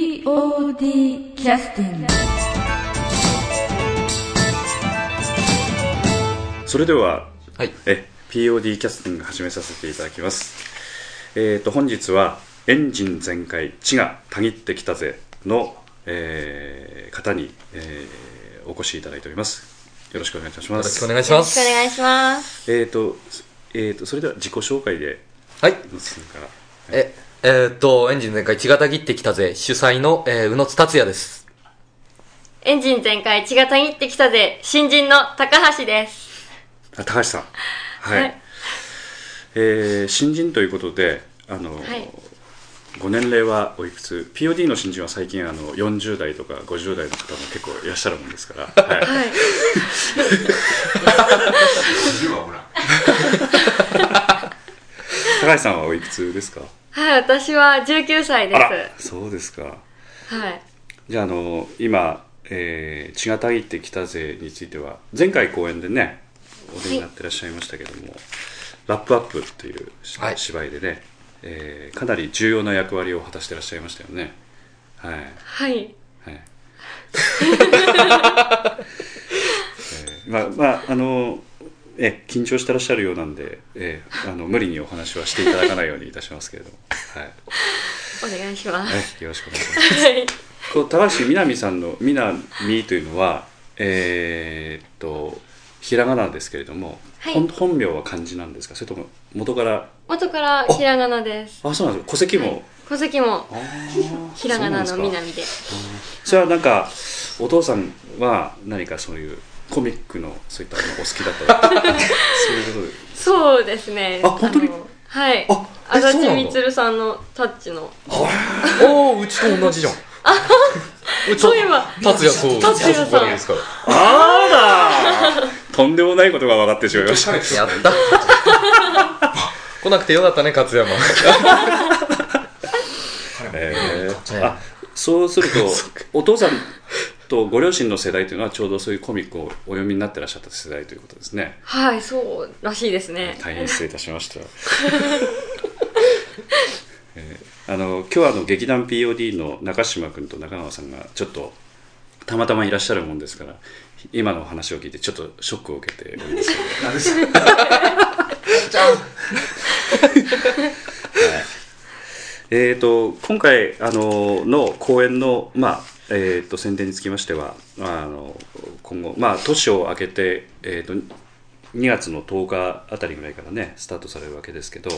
POD キャスティングそれでははい。え POD キャスティング始めさせていただきますえっ、と本日は「エンジン全開血がたぎってきたぜの」えー方に、えーお越しいただいておりますよろしくお願いいたしよまろしくすお願いしよまろしくおす。願いします。えっ、と,、えー、とそれでは自己紹介ではい。のするからえ、えーっと、エンジン全開、血がたぎってきたぜ。主催の、えー、宇野津達也です。エンジン全開、血がたぎってきたぜ。新人の高橋です。あ高橋さんはい、はいえー新人ということであの、はいご年齢はおいくつ POD の新人は最近あの40代とか50代の方も結構いらっしゃるもんです から、はいはい。高橋さんはおいくつですかはい、私は19歳であらす。そうですかはい。じゃああの今、えー血がたぎってきたぜ」については前回公演でねお出になってらっしゃいましたけども「ラップアップ」というし、はい芝居でね、えーかなり重要な役割を果たしてらっしゃいましたよねはい はい。はい。えーまあまああのえ緊張してらっしゃるようなんで、えーあの無理にお話はしていただかないようにいたしますけれども、はい、お願いしまはす。いよろしくお願いします。はい。こう高橋みなみさんのみなみというのはえーっとひらがなですけれども、はい本本名は漢字なんですか、それとも元から元からひらがなです。あそうなんですか戸籍も、戸籍もあーひらがなのそうなんですか南で。それはなんかお父さんは何かそういうコミックのそういったのがお好きだった りとかそういうことでそうですね。あ本当にのはい。あえそ足うな立んだみつるさんのタッチの。おー、うちと同じじゃん。うちそういえば達也そう。達也さんそうなんですから。あらとんでもないことが分かってしまいましたやった。 来なくてよかったね、勝山。えーはいあそうするとお父さんとご両親の世代というのはちょうどそういうコミックをお読みになってらっしゃった世代ということですねはい、そうらしいですね。大変失礼いたしました、 えーあの今日はあの劇団 POD の中島君と中川さんがちょっとたまたまいらっしゃるもんですから今のお話を聞いてちょっとショックを受けておりますけどはいえー、と今回あのの公演の、まあえー、と宣伝につきましてはあの今後、まあ、年を明けて、えー、と2月の10日あたりぐらいからねスタートされるわけですけど、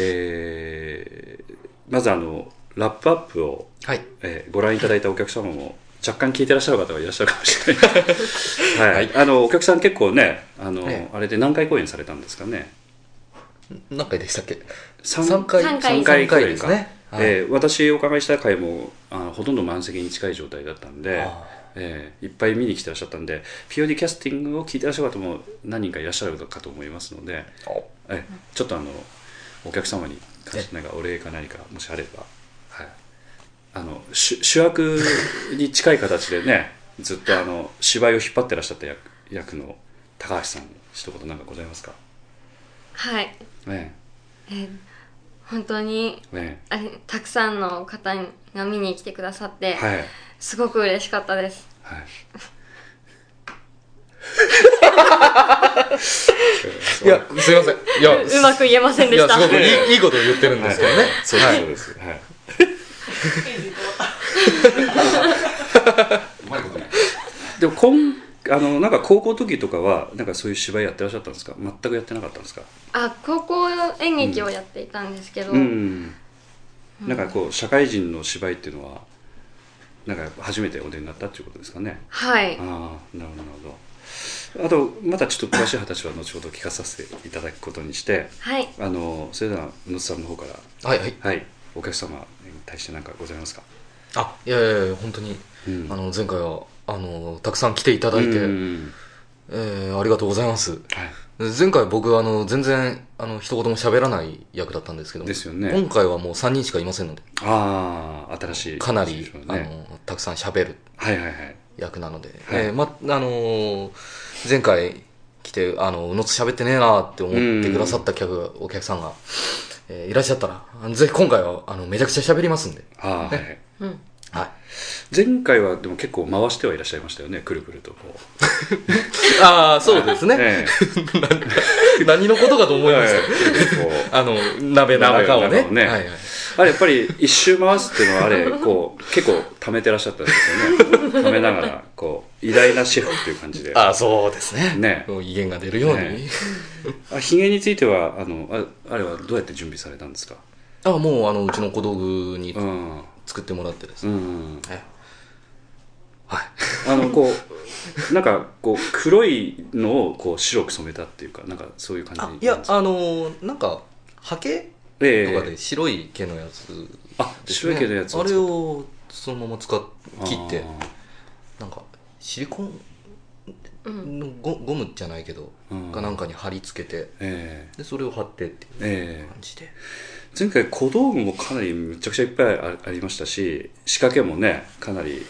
えーまずあのラップアップを、はい。えーご覧いただいたお客様も若干聞いてらっしゃる方がいらっしゃるかもしれない、はいあのお客さん結構ねあの、ええあれで何回公演されたんですかね何回でしたっけ三三回三三回公三回回演ですか、ねはいえー私お伺いした回もあのほとんど満席に近い状態だったんであ、えーいっぱい見に来てらっしゃったんで POD キャスティングを聞いてらっしゃる方も何人かいらっしゃるかと思いますので、えーちょっとあのお客様に関してなんかお礼か何かもしあれば、はい、あの主主役に近い形でねずっとあの芝居を引っ張ってらっしゃった役役の高橋さんに一言何かございますかはい。ねえー本当に、えねあれたくさんの方が見に来てくださっえて、はいすごく嬉しかったです。はいいや、すいません。いや、うまく言えませんでいしや、た。すごくいいいいことを言ってるんですけどね。そうです、そうです。はい。でも、こん、あの、なんか高校時とかは、なんかそういう芝居やってらっしゃったんですか。全くやってなかったんですか。あ高校演劇をやっていたんですけど、うん。なんかこう、社会人の芝居っていうのは。なんか初めてお出になったっていうことですかね。はいああ、なるほどなるほど。あと、またちょっと詳しい話は後ほど聞かさせていただくことにして。はいあの、それでは、野津さんの方から。はい、はい。はい。お客様に対して何かございますか。あ、いやいやいや、本当に、うんあの、前回は、あの、たくさん来ていただいて、うんえー、ありがとうございます。はい前回僕、あの、全然、あの、一言も喋らない役だったんですけどもですよね今回はもう3人しかいませんので、ああ新しいかなり、ですよねあの、たくさん喋るはいはいはい役なので、はいえーま、あのー前回来て、あの、うのつ喋ってねえなって思ってくださった客が、お客さんが、えーいらっしゃったら、ぜひ今回は、あの、めちゃくちゃ喋りますんで、ああ、はいうんですね、はい。前回はでも結構回してはいらっしゃいましたよねくるくるとこうああ、そうですね。え何のことかと思えいましえた。えくるくるこうあの、鍋の中をね。鍋の中をねはいはい。あれやっぱり一周回すっていうのはあれこう結構溜めてらっしゃったんですよね溜めながらこう偉大なシェフっていう感じでああ、そうですね。ねもう威厳が出るように。ねあひげについてはあのああれはどうやって準備されたんですかあもう、あの、うちの小道具にうん作ってもらってですうね。んはい。はい。あのこうなんかこう黒いのをこう白く染めたっていうかなんかそういう感じなあんでいすやかあのーなんか刷毛えとかえで白い毛のやつですね、あ白い毛のやつあれをそのまま使っ切ってあなんかシリコンうん。のゴゴムじゃないけど、ーうんかなんかに貼り付けてええでそれを貼ってっていうえ感じで、え前回小道具もかなりめちゃくちゃいっぱいあありましたし仕掛けもねかなり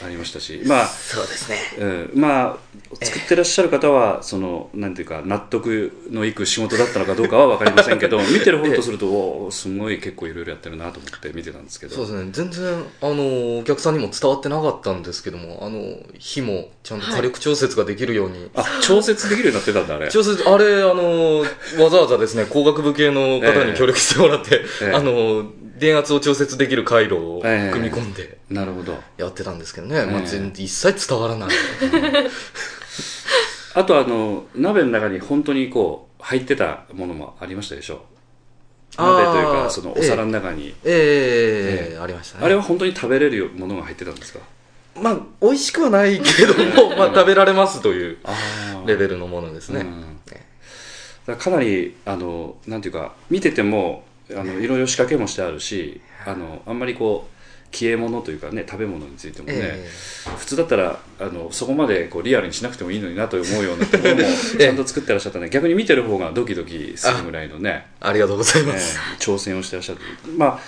ありましたしまあそうですねうんまあ、作ってらっしゃる方は、その、なんていうか、納得のいく仕事だったのかどうかは分かりません けど、見てる方とすると、おーすごい結構いろいろやってるなと思って見てたんですけど。そうですね全然あのーお客さんにも伝わってなかったんですけどもあのー火もちゃんと火力調節ができるように、あ、調節できるようになってたんだ、あれ。調節あれ、あのーわざわざ ですね、工学部系の方に協力してもらって、ええええあのー電圧を調節できる回路をええ組み込んでなるほど。やってたんですけどね、まあ、ええ全一切伝わらない。あと、あの、鍋の中に本当にこう、入ってたものもありましたでしょう。あー鍋というか、そのお皿の中に。ええええええありましたね。あれは本当に食べれるものが入ってたんですかまあ、美味しくはないけど も、まあ、食べられますというああレベルのものですね。うんえだからかなりあのなんていうか見ててもあのいろいろ仕掛けもしてあるしあのあんまりこう消え物というかね食べ物についてもね、え普通だったらあのそこまでこうリアルにしなくてもいいのになと思うようなところ もちゃんと作ってらっしゃったね逆に見てる方がドキドキするぐらいのねありがとうございねます。挑戦をしてらっしゃるまあ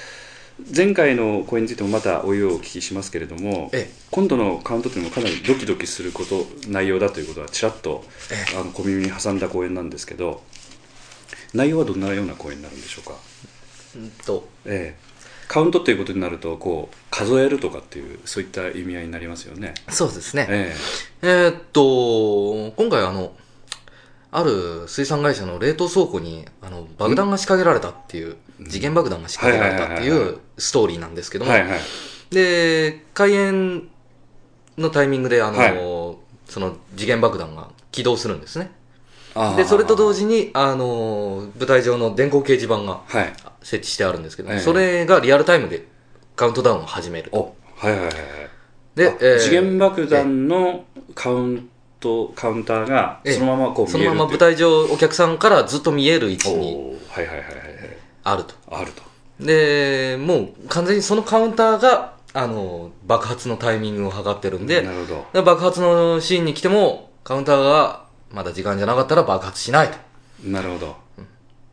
前回の公演についてもまたお湯をお聞きしますけれども、ええ今度のカウントというのもかなりドキドキすること内容だということはちらっとえあの小耳に挟んだ公演なんですけど内容はどんなような公演になるんでしょうか、うんと、ええ、カウントということになるとこう数えるとかっていうそういった意味合いになりますよね、そうですね。ええーっと、今回あの、ある水産会社の冷凍倉庫にあの爆弾が仕掛けられたっていう、次元爆弾が仕掛けられたっはいてはいはいいはいうストーリーなんですけえ、ども、はいはいで、開演のタイミングで、あの、はいその次元爆弾が起動するんですね。ああで、それと同時に、あの、舞台上の電光掲示板がはい設置してあるんですけどえも、えそれがリアルタイムでカウントダウンを始めると。おはいはいはいはいであ、えー次元爆弾のカウントカウンターがええそのままこうそ見のえるまま舞っていう台上、お客さんからずっと見える位置におーはいはいはいはいはいあると。あるとで、もう完全にそのカウンターが、あの、爆発のタイミングを測ってるんで、なるほどで爆発のシーンに来ても、カウンターがまだ時間じゃなかったら爆発しないなるほど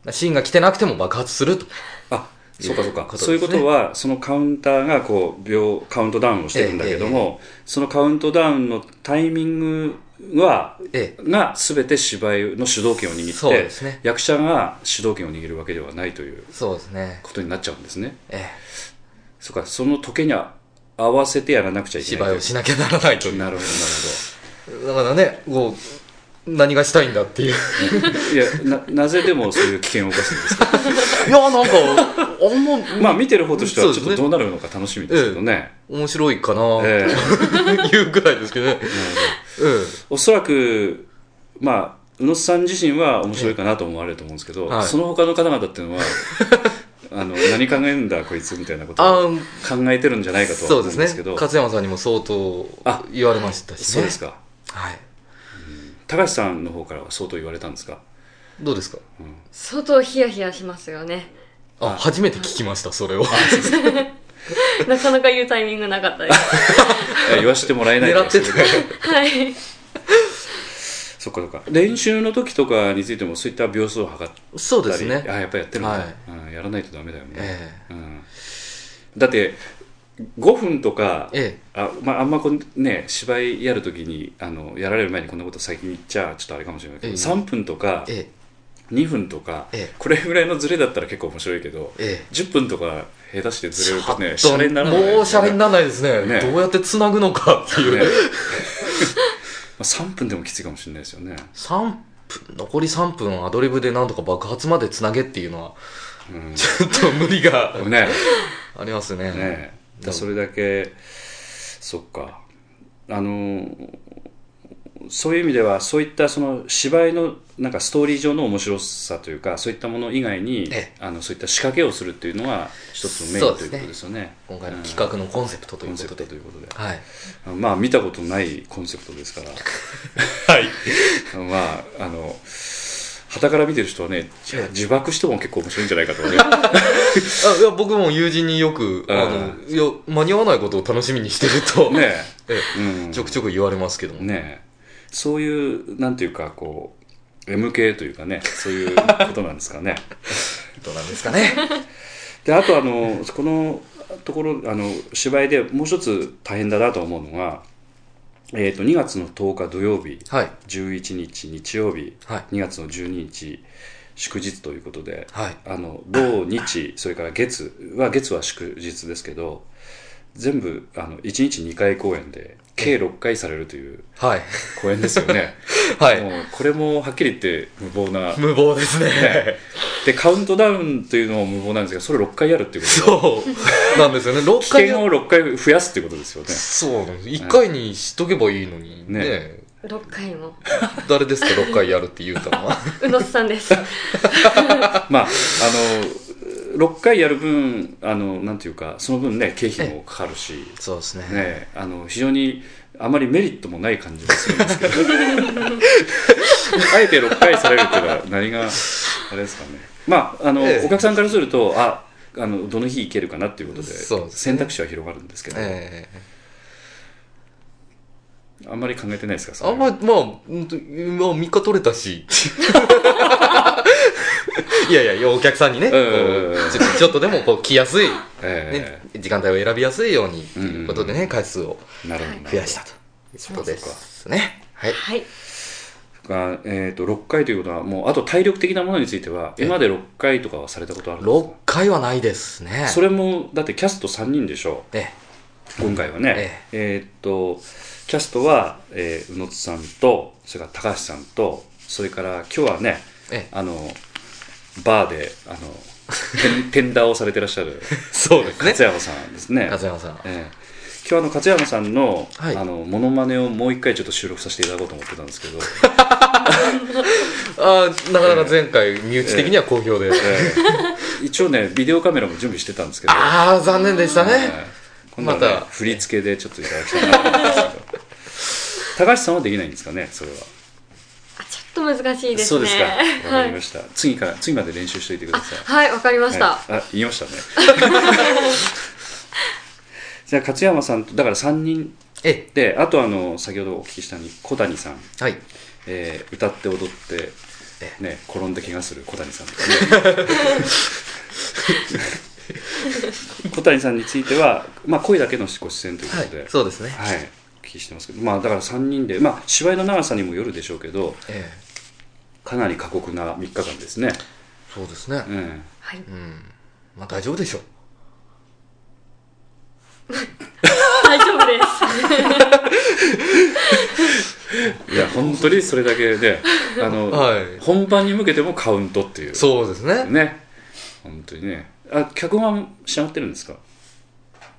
と。シーンが来てなくても爆発すると。あそうかそういうかことですねそういうことはそのカウンターがこう秒カウントダウンをしてるんだけども、そのカウントダウンのタイミングはえが全て芝居の主導権をえ。握っそうでて、すね。役者が主導権を握るわけではないというそうですね。ことになっちゃうんですねえそうかその時計に合わせてやらなくちゃえ。いけない芝居をしなきゃならないという。だなるほどなるからね、こう、何がしたいんだっていう。ほどいやななぜでもそういう危険を起こすんですか いや、なんか、あんま、まあ見てる方としてそはうちでょすっねとどうなるのか楽しみですけどね、面白いかな、ええ いうぐらいですけどね。うおそらく、まあ、宇野さん自身は面白いかなと思われると思うんですけど、はいその他の方々って いうのはあの何考えるんだこいつみたいなことをん。あ考えてるんじゃないかとはそ思うんうですですけねど。勝山さんにも相当あ言われましたしね。そうですかはい。高橋さんの方からは相当言われたんですか、どうですかうん相当ヒヤヒヤしますよね。 あ、初めて聞きました、それを。なかなか言うタイミングなかったです。 いや言わせてもらえない狙ってそたういうこはい。とそっかそっか練習の時とかについてもそういった秒数を測ったそうでりすね。あやっぱりやってるんだ、はいうんやらないとダメだよね、えうん、だって5分とかえ。えあ,、まあ、あんまこうね芝居やるときにあのやられる前にこんなこと先に言っちゃちょっとあれかもしれないけど、ええ3分とかえ。ええ。 2分とか、ええこれぐらいのズレだったら結構面白いけどええ。 10分とか下手してずれるとね、ちょシっャとレにならない、もうシャレにならないですね。ねどうやって繋ぐのかっていう。ね まあ3分でもきついかもしれないですよね。 3分、残り3分アドリブでなんとか爆発まで繋げっていうのは、うちょっと無理がん、ねありますね。ねだからそれだけ、そっか。あのー、そういう意味では、そういったその芝居のなんかストーリー上の面白さというか、そういったもの以外にええ、あのそういった仕掛けをするっていうのは、一つのメインということですよね。今回の企画のコンセプトといコうンこセとプで。トということで。はい。まあ、見たことないコンセプトですから。 はい。まあ、あの、旗から見てる人はね、じゃあ自爆しても結構面白いんじゃないかと思うね。 あいや僕も友人によく、あの、いや、間に合わないことを楽しみにしてると、ねえ。えうんえちょくちょく言われますけども。ねえそういう、なんていうか、こう、MK というかね、そういうことなんですかね。どうなんですかね。 で、あとあの、このところ、あの、芝居でもう一つ大変だなと思うのが、えっ、と、2月の10日土曜日、はい。 11日日曜日、はい。 2月の12日祝日ということで、はい。あの土日それから月は月は祝日ですけど全部あの1日2回公演で計6回されるという はい。公演ですよね、はい。もうこれもはっきり言って無謀な無謀ですね。でカウントダウンというのも無謀なんですがそれ6回やるっていうことそう。なんですよね。6 危回険やを6回増やすっていうことですよねそうなんです。1回にしとけばいいのに、ねね6回も。誰ですか、6回やるって言うた のは。うのすさんです。まああの6回やる分あのなんていうかその分ね経費もかかるし、そうですね。ね、あの非常にあまりメリットもない感じがするんですけどあえて6回されるっていうのは何があれですかねまああの、ええお客さんからするとああのどの日行けるかなっていうことでそうですね選択肢は広がるんですけど、ええあんまり考えてないですかそれあはんまり、まあ、うんとまあ、3日取れたし。 いやいやいや、お客さんにね、こうんうんうんうちょっとちょっとでもこう来やすい、ねえ、時間帯を選びやすいようにということでうんうんね、回数をえなるほどなるほど増やしたということですね。はい。はい。が、えー、と6回ということはもうあと体力的なものについてはええ今で6回とかはされたことあるんです6か回はないですね。それもだってキャスト3人でしょうえ今回はね、えーっとキャストは、えー宇野津さんとそれから高橋さんとそれから今日はねえ、ええ、あのバーであの テンテンダーをされてらっしゃるそうですね。勝山さんですね、風山さん。ええ今日あの勝山さんの,、はいあのモノマネをもう一回ちょっと収録させていただこうと思ってたんです けど、ああ、なかなか前回、身内的には好評で。ええ一応ねビデオカメラも準備してたんですけどああ、残念でしたえね。え今度はね、また振り付けでちょっといただきたいなと思いますけど高橋さんはできないんですかねそれはあちょっと難しいですね。そうですか。わかりはまい。した。次から次まで練習しておいてください。はい、わかりました。はいあ、言いました ね。じゃあ勝山さんとだから三人えで、あとあの先ほどお聞きしたように小谷さん、え、はい。えー歌って踊ってえ。ね、転んで怪我する小谷さんとか ね小谷さんについては、まあ、声だけのご出演というこはとで、い。そうですね。はいお聞きしてますけど、まあ、だから3人で、まあ、芝居の長さにもよるでしょうけどええ、かなり過酷な3日間ですね。そうですね。うんはい。うん。まあ大丈夫でしょう。大丈夫です。いや本当にそれだけで、あの、はい本番に向けてもカウントっていうそうですね。ね本当にねあ脚本は仕上がってるんですか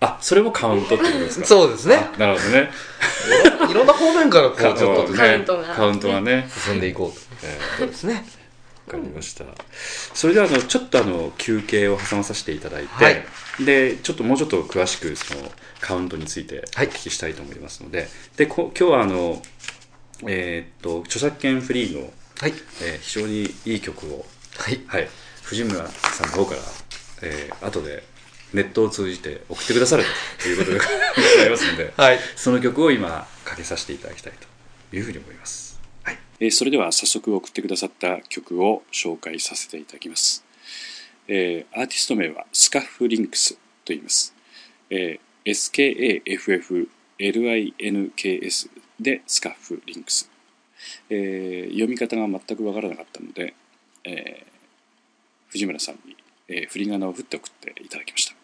あそれもカウントってことですかそうですね。あなるほどねいろんな方面からこう、ちょっとずつカウントがカウントがね、進んでいこうえと。そうですね。ーわかりましたそれではあのちょっとあの休憩を挟まさせていただいて、はいでちょっともうちょっと詳しくそのカウントについておはい聞きしたいと思いますので,、でこ今日はあのえーっと著作権フリーの、はい。えー非常にいい曲をはい。はい、藤村さんの方から、えー、後でネットを通じて送ってくださるということでございますので、はい。その曲を今かけさせていただきたいというふうに思います、はいえーそれでは早速送ってくださった曲を紹介させていただきます、えーアーティスト名はスカフリンクスと言います、えー SKAFFLINKS でスカフリンクス、えー読み方が全くわからなかったので、えー藤村さんに、えー振り仮名を振って送っていただきました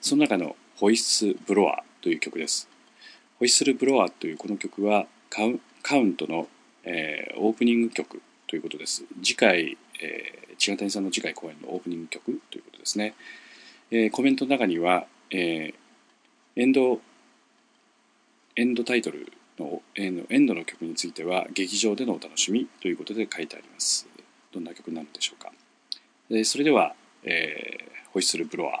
その中のホイッスブロワーという曲です。ホイッスルブロワーというこの曲はカウンカウントの、えーオープニング曲ということです。次回、えー、千賀谷さんの次回公演のオープニング曲ということですね。えーコメントの中には、えーエンド、エンドタイトルの、えーのエンドの曲については劇場でのお楽しみということで書いてあります。どんな曲なのでしょうか。えーそれでは、えーホイッスルブロワー。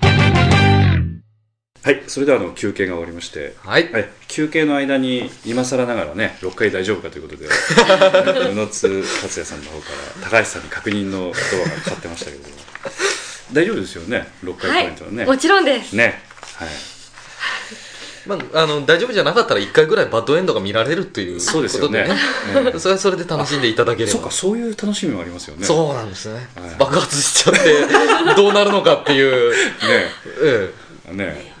はい、それではあの休憩が終わりまして、はい。はい、休憩の間に今更ながらね6回大丈夫かということで宇野津達也さんの方から高橋さんに確認の言葉がかかってましたけれども大丈夫ですよね6は回ポ イントはね、い。もちろんです。ねはいまあ、あの、大丈夫じゃなかったら一回ぐらいバッドエンドが見られるというそうですよねことでねそれはそれで楽しんでいただければ。そうかそういう楽しみもありますよねそうなんですね、はい爆発しちゃって、どうなるのかって いう。えねね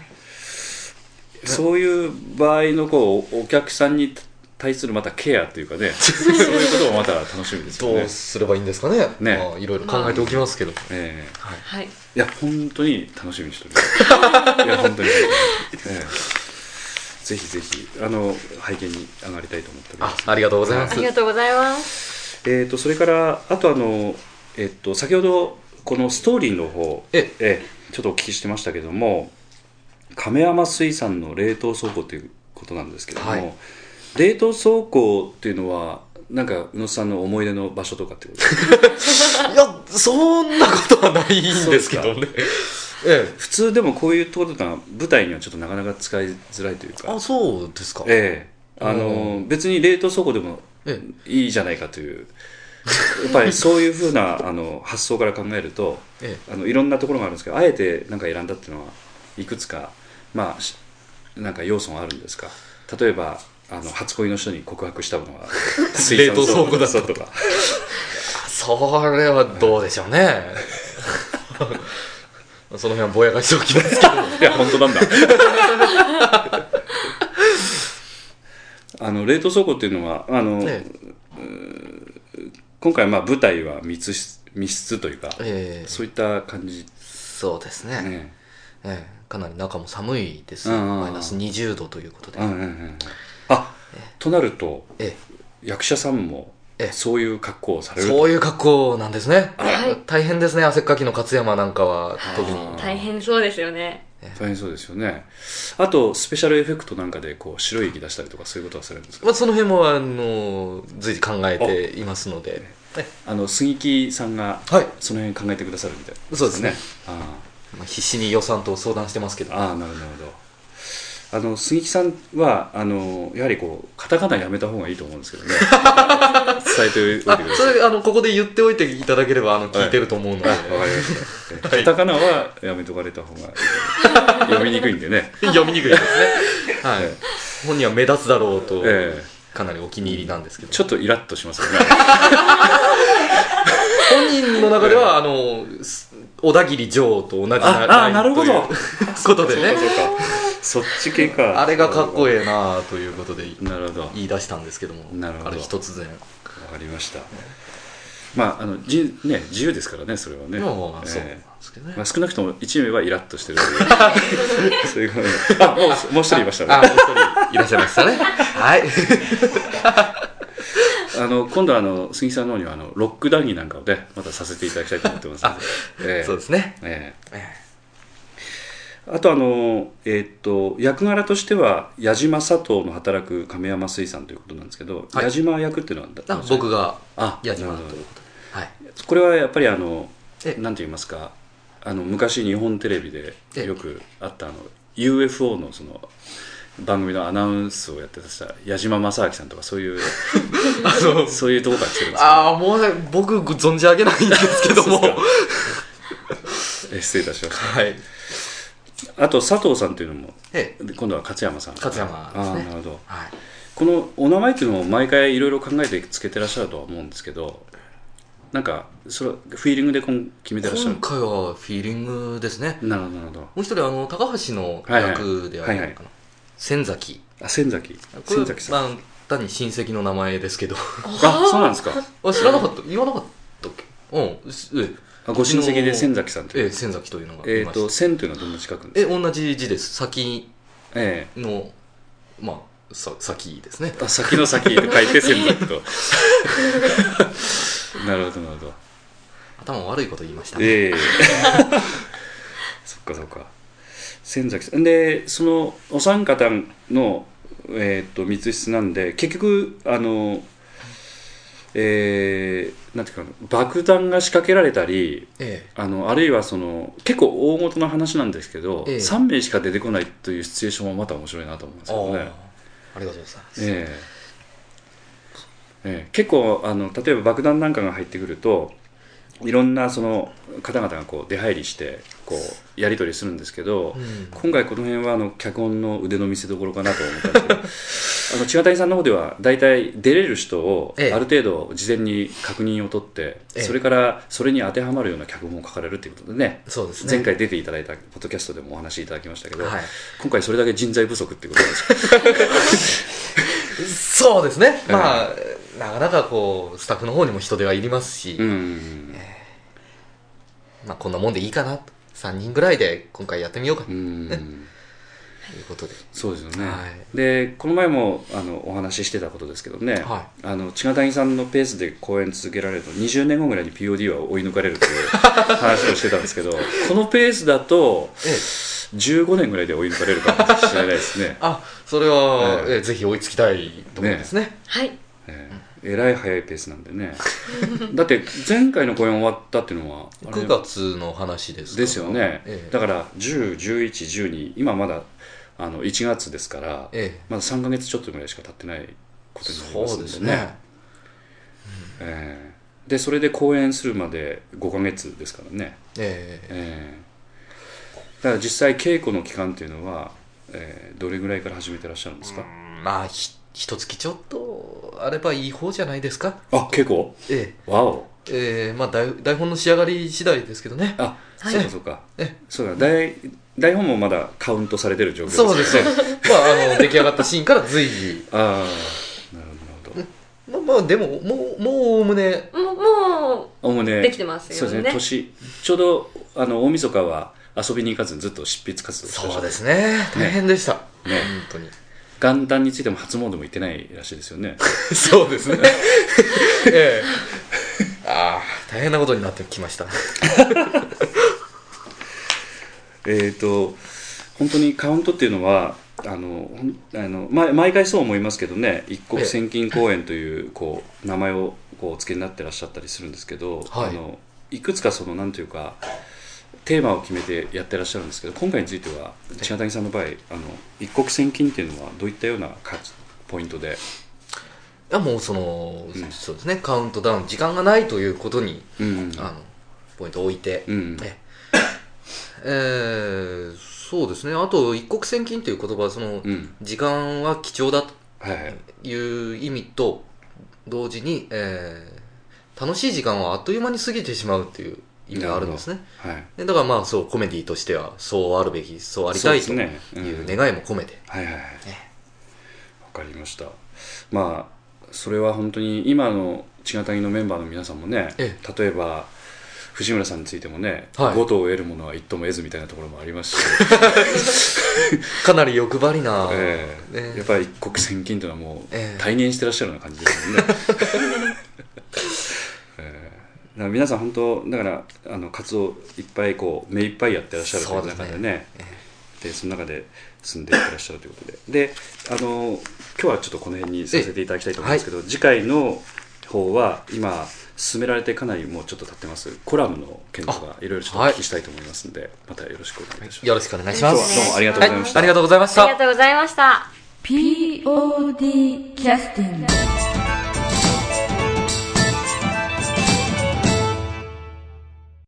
そういう場合のこうお客さんに対するまたケアというかねそういうこともまた楽しみですえよどねうすればいいんですかね。ねまあ、いろいろ考えておきますけど。ええはい。いや、本当に楽しみにしており ます。いや、本当に。ええぜひぜひ、あの、拝見に上がりたいと思っておりまあす。、ありがとうございまあす。りがとうございます。えっ、と、それから、あとあの、えっ、と、先ほど、このストーリーの方、ええ、ええちょっとお聞きしてましたけども、亀山水産の冷凍倉庫ということなんですけども、はい冷凍倉庫っていうのは、なんか、宇野さんの思い出の場所とかってことですか いや、そんなことはないんですけどね。え普通でもこういうところとか、舞台にはちょっとなかなか使いづらいというえ。かあ、。そうですか。ええあのう別に冷凍倉庫でもえいいじゃないかと いうやっぱりそういうふうなあの発想から考えるとえあのいろんなところがあるんですけどあえてなんか選んだっていうのはいくつかまあしなんか要素があるんですか例えばあの初恋の人に告白したもの が冷凍倉庫だ水産とかそれはどうでしょうね。 その辺はぼやかしておきますけど。いや本当なんだ あの冷凍倉庫っていうのはあの、 え今回まあ舞台は密室密室というか、ええそういった感じそうですね。ね。ええかなり中も寒いです。うんうんうんマイナス20度ということで。うんうんうん。あ、となると、え役者さんもええ、そういう格好をさえ、れる。そういう格好なんですね。はい大変ですね、汗っかきの勝山なんかは、特あに。ー大変そうですよね。大変そうですよね。あと、スペシャルエフェクトなんかで、こう、白い息出したりとか、そういうことはされるんですかまあ、その辺も、あの、随時考えていますので。えあの杉木さんがはいその辺考えてくださるみたいなそうですねあまあ、必死に予算と相談してますけどあああなるほどなるほどあの杉木さんはあのやはりこうカタカナやめた方がいいと思うん ですけどね伝えておいてくあださいそれあのここで言っておいていただければあの聞いてると思うので、あわかりました。カタカナはやめとかれた方がいい読みにくいんでね。 読みにくいですね、はいえ本人は目立つだろうと、ええかなりお気に入りなんですけどちょっとイラッとしますよね。本人の中では、あのす小田切城と同じなああラインとないうるほことでそうねかそうかそっち系か。あれがかっこいええなあということでい。なるほど。わ言い出したんですけどもなるほどある日突然かりました。まああのじね自由ですからねそれはね。でもまあそうなんでええすけどね、まあ、少なくとも一名はイラッとしてると いうそういうことあもうもう一人いましたねあもう一人いらっしゃいましたねはい あの今度はあの杉さんの方にはあのロック談義なんかをねまたさせていただきたいと思ってますので、ええそうですねえええあとあの、えーっと役柄としては矢島佐藤の働く亀山水産ということなんですけど、はい矢島役っていうのはだあ僕があ矢島なるほどということではいこれはやっぱりあのえなんて言いますかあの昔日本テレビでえよくあったあの UFO のその番組のアナウンスをやってた矢島正明さんとかそう いうあのそういうとこから来てるんですああもう僕存じ上げないんですけどもけどえ失礼いたしましはいたあと佐藤さんというのもええで今度は勝山さん勝山ですねああなるほどはいこのお名前っていうのも毎回いろいろ考えてつけてらっしゃるとは思うんですけどなんかそれはフィーリングで今決めてらっしゃ今る回はフィーリングですねなるほどなるほどもう一人あの高橋の役ではあるのかな、いはいはいはい千崎あ千崎これ千崎さんまあ、単に親戚の名前ですけど あそうなんですかあ知らなかった言わなかったっけうんすえあご親戚で千崎さんとえいえう千崎というのがえいっましたと千というのはどんな近くえ同じ字です先えのまあさ先ですねえあ先の先と書いて千崎と なるほどなるほど頭悪いこと言いましたね、え えそっかそっか千崎さんでそのお三方の、えー、と密室なんで結局あのえー、なんていうかな爆弾が仕掛けられたりえあのあるいはその結構大事な話なんですけど、ええ3名しか出てこないというシチュエーションもまた面白いなと思うんですあけどーね。ありがとうございます、ええええ結構あの例えば爆弾なんかが入ってくるといろんなその方々がこう出入りしてこうやり取りするんですけど、うん今回この辺はあの脚本の腕の見せ所かなと思ったんです けどあの千葉谷さんの方では大体出れる人をあええる程度事前に確認を取って、ええそれからそれに当てはまるような脚本を書かれるということでねそうですね前回出ていただいたポッドキャストでもお話しいただきましたけど、はい今回それだけ人材不足っていうことなんですかそうですね、まあ、なかなかこう、スタッフの方にも人手はいりますし、うんまあ、こんなもんでいいかなと、3人ぐらいで今回やってみようかうとんいうことで、そうですよね、はでこの前もあのお話ししてたことですけどね、はあの千賀谷さんのペースで公演続けられると20年後ぐらいに POD は追い抜かれると いう話をしてたんですけどこのペースだとええ、15年ぐらいで追い抜かれるかもしれないですね あそれは、ええええぜひ追いつきたいところですね。はい。えええらい早いペースなんで ねだって前回の公演終わったっていうのはあれ9月の話ですかですよね、ええだから10、11、12今まだあの1月ですから、ええまだ3か月ちょっとぐらいしか経ってないことになりますそんうでねですね。ええでそれで公演するまで5か月ですからね、ええええだから実際稽古の期間っていうのは、ええどれぐらいから始めてらっしゃるんですか、うんまあ、ひ一月ちょっとあればいい方じゃないですか。あ稽古えわおえええまあ台、台本の仕上がり次第ですけどね。あ、はいそうかそうかええそうだ台台本もまだカウントされてる状況そうですねよね。まあ、あの、出来上がったシーンから随時。ああなるほどなるほどまあ、まあ、でも、もう、もう、おおむね、もう、もおおむねできてますよねそうですね年ちょうどあの大晦日は遊びに行かずにずっと執筆活動をしてらっしそゃうるですね。大変でした。ね本当に。元旦についても初詣も行ってないらしいですよね そうですね。 ええ。 ああ、大変なことになってきま した。えっと本当にカウントっていうのはあのほんあの、ま、毎回そう思いますけどね一え国え千金公演というこう名前をこうお付けになってらっしゃったりするんですけど、はいあのいくつかそのなんていうかテーマを決めてやってらっしゃるんですけど今回については千谷さんの場合あの一攫千金っていうのはどういったような価値ポイントで、いやもうその、うんそうですねカウントダウン時間がないということに、うんあのポイントを置いて、うんねえーそうですねあと一攫千金という言葉はその、うん時間は貴重だとはいはいいう意味と同時に、えー楽しい時間はあっという間に過ぎてしまうという意味があるんですねはいでだからまあそうコメディとしてはそうあるべきそうありたいとそういですねうんう願いも込めて、はいはいはいわかりましたまあそれは本当に今の千賀谷のメンバーの皆さんもねえ例えば藤村さんについてもね、はい五党を得るものは一党も得ずみたいなところもありますし、 かなり欲張りな、ええねやっぱり一国千金というのはもうええ退任してらっしゃるような感じです よね、ええだから皆さん本当だからあの活動いっぱいこう目いっぱいやってらっしゃるという中でそうですねえでその中で住んでいってらっしゃるということでであの今日はちょっとこの辺にさせていただきたいと思うんですけど、次回の方は今進められてかなりもうちょっと経ってますコラムの件とかいろいろちょっとお聞きしたいと思いますので、またよろしくお願いいたします。よろしくお願いしま今す日はどうもありがとうございましたはありがとうございましあたりがとうございました。 POD キャスティング